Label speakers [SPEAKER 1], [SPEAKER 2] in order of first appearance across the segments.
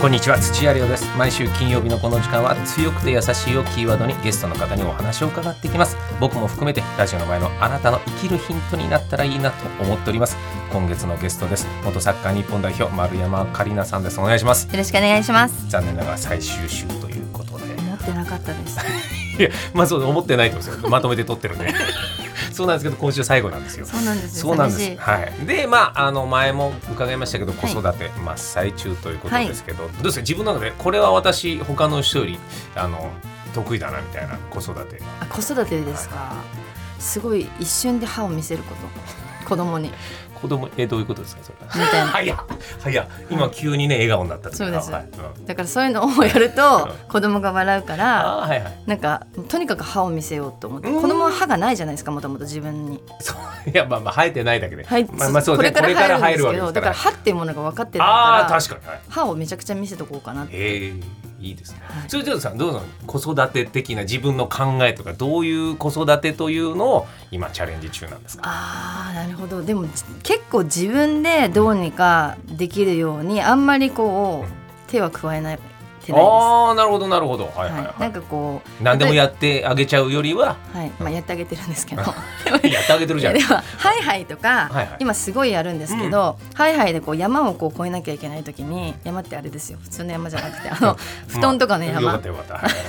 [SPEAKER 1] こんにちは土屋亮です毎週金曜日のこの時間は強くて優しいをキーワードにゲストの方にお話を伺っていきます僕も含めてラジオの前のあなたの生きるヒントになったらいいなと思っております今月のゲストです元サッカー日本代表丸山香里奈さんですお願いします
[SPEAKER 2] よろしくお願いします。
[SPEAKER 1] 残念ながら最終週ということで
[SPEAKER 2] 思ってなかったです。
[SPEAKER 1] いやまあそう思ってないと思うんですよまとめて撮ってるんで そうなんですけど今週最後なんですよ
[SPEAKER 2] そうなんですよ。
[SPEAKER 1] そうなんで
[SPEAKER 2] 寂し
[SPEAKER 1] す
[SPEAKER 2] い
[SPEAKER 1] はいでまああの前も伺いましたけど子
[SPEAKER 2] はい
[SPEAKER 1] 育て真っ最中ということですけど、どうですか自分の中でこれは私他の人よりあの得意だなみたいな子育て
[SPEAKER 2] あ子育てですか。すごい一瞬で歯を見せること。子供にみ
[SPEAKER 1] 子供えどういうことですかそれは
[SPEAKER 2] たいな。
[SPEAKER 1] 早っ早っ今急にね笑顔になった
[SPEAKER 2] そうです
[SPEAKER 1] はいうん
[SPEAKER 2] だからそういうのをやると子供が笑うから。
[SPEAKER 1] あーはいはい
[SPEAKER 2] なんかとにかく歯を見せようと思って
[SPEAKER 1] うん
[SPEAKER 2] 子供は歯がないじゃないですかもともと自分に、
[SPEAKER 1] そういやまあまあ生えてないだけで、
[SPEAKER 2] はい
[SPEAKER 1] まあまあそう
[SPEAKER 2] こ
[SPEAKER 1] で
[SPEAKER 2] れ
[SPEAKER 1] すね
[SPEAKER 2] から生えるんですけど
[SPEAKER 1] これ
[SPEAKER 2] だか
[SPEAKER 1] か
[SPEAKER 2] ら
[SPEAKER 1] ら
[SPEAKER 2] 歯っていうものが分かってるか
[SPEAKER 1] ああ
[SPEAKER 2] ら
[SPEAKER 1] ー確かにはい
[SPEAKER 2] 歯をめちゃくちゃ見せとこうかなって
[SPEAKER 1] ええいいですね。
[SPEAKER 2] はい
[SPEAKER 1] それじゃあさんどうぞ子育て的な自分の考えとかどういう子育てというのを今チャレンジ中なんですか。
[SPEAKER 2] あーなるほどでもじ結構自分でどうにかできるようにあんまりこう手は加えないてないで
[SPEAKER 1] ああなるほどなるほどはい
[SPEAKER 2] す、
[SPEAKER 1] は
[SPEAKER 2] はいい
[SPEAKER 1] は
[SPEAKER 2] ないん。かこう
[SPEAKER 1] 何でも
[SPEAKER 2] 例え
[SPEAKER 1] やってあげちゃうよりは
[SPEAKER 2] はいまあ、やってあげてるんです けど
[SPEAKER 1] やってあげてるじゃん
[SPEAKER 2] で。はハイハイとか、
[SPEAKER 1] はいはい
[SPEAKER 2] 今すごいやるんですけど、ハイハイでこう山をこう越えなきゃいけない時に山ってあれですよ普通の山じゃな くてあの布団とかの
[SPEAKER 1] ね
[SPEAKER 2] 山、
[SPEAKER 1] よかったよかったはいはいは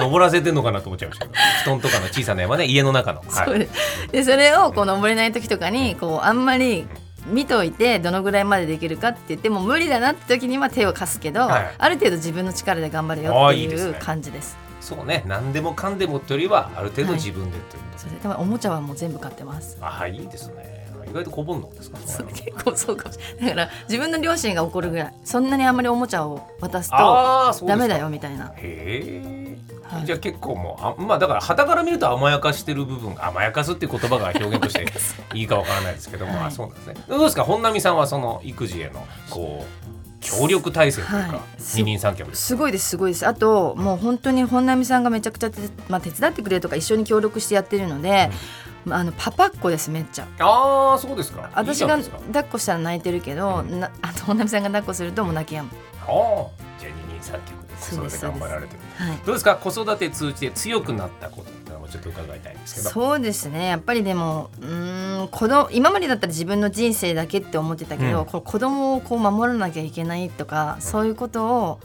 [SPEAKER 1] い。登らせてんのかなと思っちゃいましたけど。布団とかの小さな山ね家の中の。は
[SPEAKER 2] そう
[SPEAKER 1] い。
[SPEAKER 2] ですでそれをこう登れない時とかにこうあんまり見といてどのぐらいまでできるかって言ってもう無理だなって時には手を貸すけど、
[SPEAKER 1] はい
[SPEAKER 2] ある程度自分の力で頑張るよ
[SPEAKER 1] あ
[SPEAKER 2] っ
[SPEAKER 1] あ
[SPEAKER 2] て
[SPEAKER 1] いいで
[SPEAKER 2] い
[SPEAKER 1] す
[SPEAKER 2] う
[SPEAKER 1] ね
[SPEAKER 2] 感じです。
[SPEAKER 1] そうね何でもかんでもというよりはある程度自分でっていうこと
[SPEAKER 2] それででもおもちゃはもう全部買ってます。
[SPEAKER 1] ああいいですね。意外と小本能ですか。
[SPEAKER 2] そう結構そうかもしれない。だから自分の両親が怒るぐらいそんなにあんまりおもちゃを渡すと
[SPEAKER 1] ああそう
[SPEAKER 2] ダ
[SPEAKER 1] ですか
[SPEAKER 2] メだよみたいな。
[SPEAKER 1] へえ、
[SPEAKER 2] はい
[SPEAKER 1] じゃあ結構もうあまあだから傍から見ると甘やかしてる部分甘やかすっていう言葉が表現として いいかわからないですけども、
[SPEAKER 2] はい
[SPEAKER 1] あそうなんですねどうですか本並さんはその育児へのこう協力体制というか、
[SPEAKER 2] はい
[SPEAKER 1] 二人三脚です
[SPEAKER 2] すごいですすごいですあともう本当に本並さんがめちゃくちゃて、まあ、手伝ってくれとか一緒に協力してやってるので、あのパパっ子ですめっちゃ
[SPEAKER 1] ああそうですかいい
[SPEAKER 2] 私
[SPEAKER 1] じゃな
[SPEAKER 2] が
[SPEAKER 1] いですか
[SPEAKER 2] 抱っこしたら泣いてるけど、
[SPEAKER 1] うん
[SPEAKER 2] な あと本並さんが抱っこするともう泣き止む。
[SPEAKER 1] ああじゃあ二人三脚で
[SPEAKER 2] そう
[SPEAKER 1] そ
[SPEAKER 2] で
[SPEAKER 1] れ
[SPEAKER 2] す
[SPEAKER 1] で頑張られてる
[SPEAKER 2] はい。
[SPEAKER 1] どうですか子育て通じて強くなったことっていうのもちょっと伺いたいんですけど
[SPEAKER 2] そうですねやっぱりでもうーん子供今までだったら自分の人生だけって思ってたけど、
[SPEAKER 1] うん
[SPEAKER 2] こう子供をこう守らなきゃいけないとかそういうことを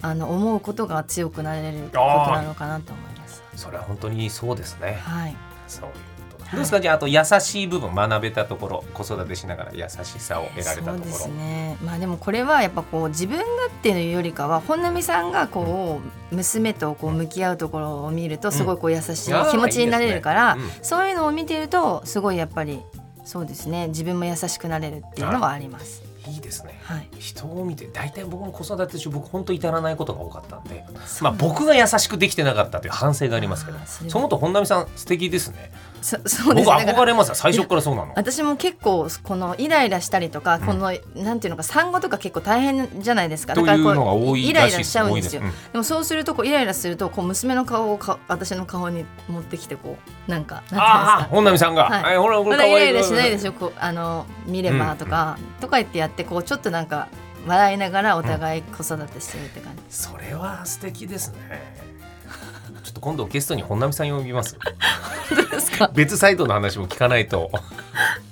[SPEAKER 2] あの思うことが強くなれることなのかなと思います。
[SPEAKER 1] それは本当にそうですね
[SPEAKER 2] はい、
[SPEAKER 1] そういうことだ
[SPEAKER 2] はい
[SPEAKER 1] どうですかじゃああと優しい部分学べたところ子育てしながら優しさを得られた
[SPEAKER 2] そう
[SPEAKER 1] と
[SPEAKER 2] で
[SPEAKER 1] こ
[SPEAKER 2] す
[SPEAKER 1] ろ、
[SPEAKER 2] ねまあでもこれはやっぱこう自分がっていうよりかは本並さんがこう娘とこう向き合うところを見るとすごいこう優しい
[SPEAKER 1] あー
[SPEAKER 2] 気持ちになれるから
[SPEAKER 1] いいですね
[SPEAKER 2] そういうのを見てるとすごいやっぱりそうですね自分も優しくなれるっていうのはあります。
[SPEAKER 1] うんいいですね
[SPEAKER 2] はい、
[SPEAKER 1] 人を見て大体僕も子育て中僕本当至らないことが多かったんで
[SPEAKER 2] そう
[SPEAKER 1] まあ僕が優しくできてなかったという反省がありますけど
[SPEAKER 2] あーそれは
[SPEAKER 1] そのと本並さん素敵ですね
[SPEAKER 2] そ そうで
[SPEAKER 1] 僕
[SPEAKER 2] すだか
[SPEAKER 1] 憧
[SPEAKER 2] ら
[SPEAKER 1] れますよ最初からそうなの
[SPEAKER 2] 私も結構このイライラしたりとかこのなんていうのか産後とか結構大変じゃないですか
[SPEAKER 1] と
[SPEAKER 2] だ
[SPEAKER 1] いう
[SPEAKER 2] から
[SPEAKER 1] のが
[SPEAKER 2] こ
[SPEAKER 1] 多
[SPEAKER 2] う
[SPEAKER 1] い
[SPEAKER 2] イラ
[SPEAKER 1] ら
[SPEAKER 2] イ
[SPEAKER 1] しい
[SPEAKER 2] ラ
[SPEAKER 1] で
[SPEAKER 2] し
[SPEAKER 1] す
[SPEAKER 2] ちゃう
[SPEAKER 1] 多
[SPEAKER 2] ん
[SPEAKER 1] い
[SPEAKER 2] ですよ
[SPEAKER 1] うん
[SPEAKER 2] でもそうするとこうイライラするとこう娘の顔をか私の顔に持ってきてこうなんかなん
[SPEAKER 1] ああ
[SPEAKER 2] ていうんですか。
[SPEAKER 1] 本並さんが
[SPEAKER 2] はい
[SPEAKER 1] えほらこ
[SPEAKER 2] ま
[SPEAKER 1] れ
[SPEAKER 2] だ
[SPEAKER 1] 可
[SPEAKER 2] イラ
[SPEAKER 1] 愛
[SPEAKER 2] イ
[SPEAKER 1] い
[SPEAKER 2] ラしないでしょこうあの見ればとか、とか言ってやってこうちょっとなんか笑いながらお互い子育てしてるって感じ、
[SPEAKER 1] それは素敵ですねちょっと今度ゲストに本並さん呼びます
[SPEAKER 2] 本当ですか
[SPEAKER 1] 別サイトの話も聞かないと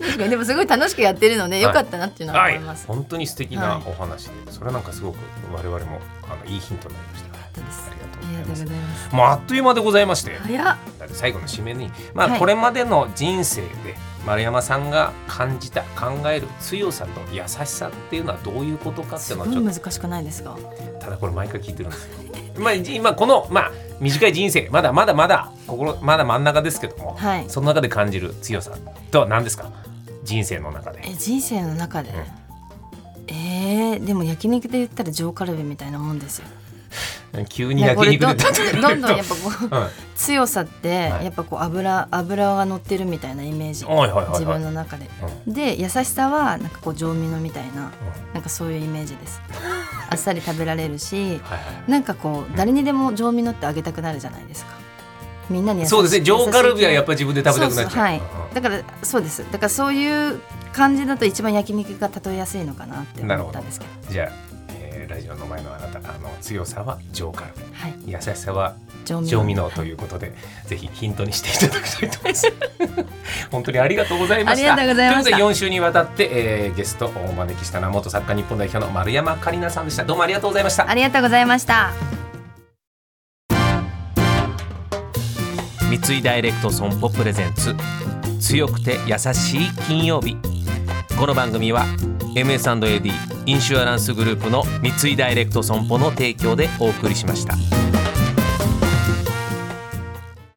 [SPEAKER 2] 確かにでもすごい楽しくやってるので
[SPEAKER 1] い
[SPEAKER 2] よかったなっていうのは
[SPEAKER 1] は
[SPEAKER 2] 思
[SPEAKER 1] い
[SPEAKER 2] います、
[SPEAKER 1] 本当に素敵な
[SPEAKER 2] はい
[SPEAKER 1] お話で、それはなんかすごく我々もあのいいヒントになりました
[SPEAKER 2] かったです
[SPEAKER 1] ありがとう
[SPEAKER 2] ありがとうご
[SPEAKER 1] ござ
[SPEAKER 2] ざ
[SPEAKER 1] い
[SPEAKER 2] い
[SPEAKER 1] ます
[SPEAKER 2] ます
[SPEAKER 1] もうあっという間でございまして
[SPEAKER 2] 早っ
[SPEAKER 1] だって最後の締めに、ま
[SPEAKER 2] は
[SPEAKER 1] あ、
[SPEAKER 2] い
[SPEAKER 1] これまでの人生で丸山さんが感じた考える強さと優しさっていうのはどういうことかってい
[SPEAKER 2] す
[SPEAKER 1] うの
[SPEAKER 2] ご
[SPEAKER 1] はちょ
[SPEAKER 2] い
[SPEAKER 1] っと
[SPEAKER 2] 難しくないですか
[SPEAKER 1] ただこれ毎回聞いてるんですよ。まあ、じ今この、まあ、短い人生まだまだまだ心まだ真ん中ですけども、
[SPEAKER 2] はい
[SPEAKER 1] その中で感じる強さとは何ですか人生の中で。
[SPEAKER 2] え人生の中で、えー、でも焼肉で言ったら上カルビみたいなもんですよ
[SPEAKER 1] 急に焼肉
[SPEAKER 2] も
[SPEAKER 1] で
[SPEAKER 2] うこれどんどんどんやっぱ こう
[SPEAKER 1] うん
[SPEAKER 2] 強さって
[SPEAKER 1] はい
[SPEAKER 2] やっぱこう油油が乗ってるみたいなイメージ、
[SPEAKER 1] はいはいはいはい
[SPEAKER 2] 自分の 中で、で優しさはなんかこう上味のみたいな、なんかそういうイメージですあっさり食べられるし
[SPEAKER 1] はいはい
[SPEAKER 2] なんかこう誰にでも上味のってあげたくなるじゃないですかみんなに優しい
[SPEAKER 1] そうですね上カルビはやっぱり自分で食べたくなっちゃう
[SPEAKER 2] そうそうはいだからそうですだからそういう感じだと一番焼肉が例えやすいのかなって
[SPEAKER 1] なる
[SPEAKER 2] 思
[SPEAKER 1] ほ
[SPEAKER 2] っ
[SPEAKER 1] ど
[SPEAKER 2] たんですけど
[SPEAKER 1] じゃあ、えーラジオの前のあなたあの強さは上カル
[SPEAKER 2] はい
[SPEAKER 1] ビ優しさは
[SPEAKER 2] 上味
[SPEAKER 1] 上味能ということで、ぜひヒントにしていただきたいと思い ます。本当にありがとうございました。
[SPEAKER 2] ありがとうございました
[SPEAKER 1] ということで4週にわたって、えーゲストをお招きしたのは元サッカー日本代表の丸山桂里奈さんでした。どうもありがとうございました。
[SPEAKER 2] ありがとうございました
[SPEAKER 1] 三井ダイレクト損保プレゼンツ強くて優しい金曜日この番組は MS&AD インシュアランスグループの三井ダイレクト損保の提供でお送りしました。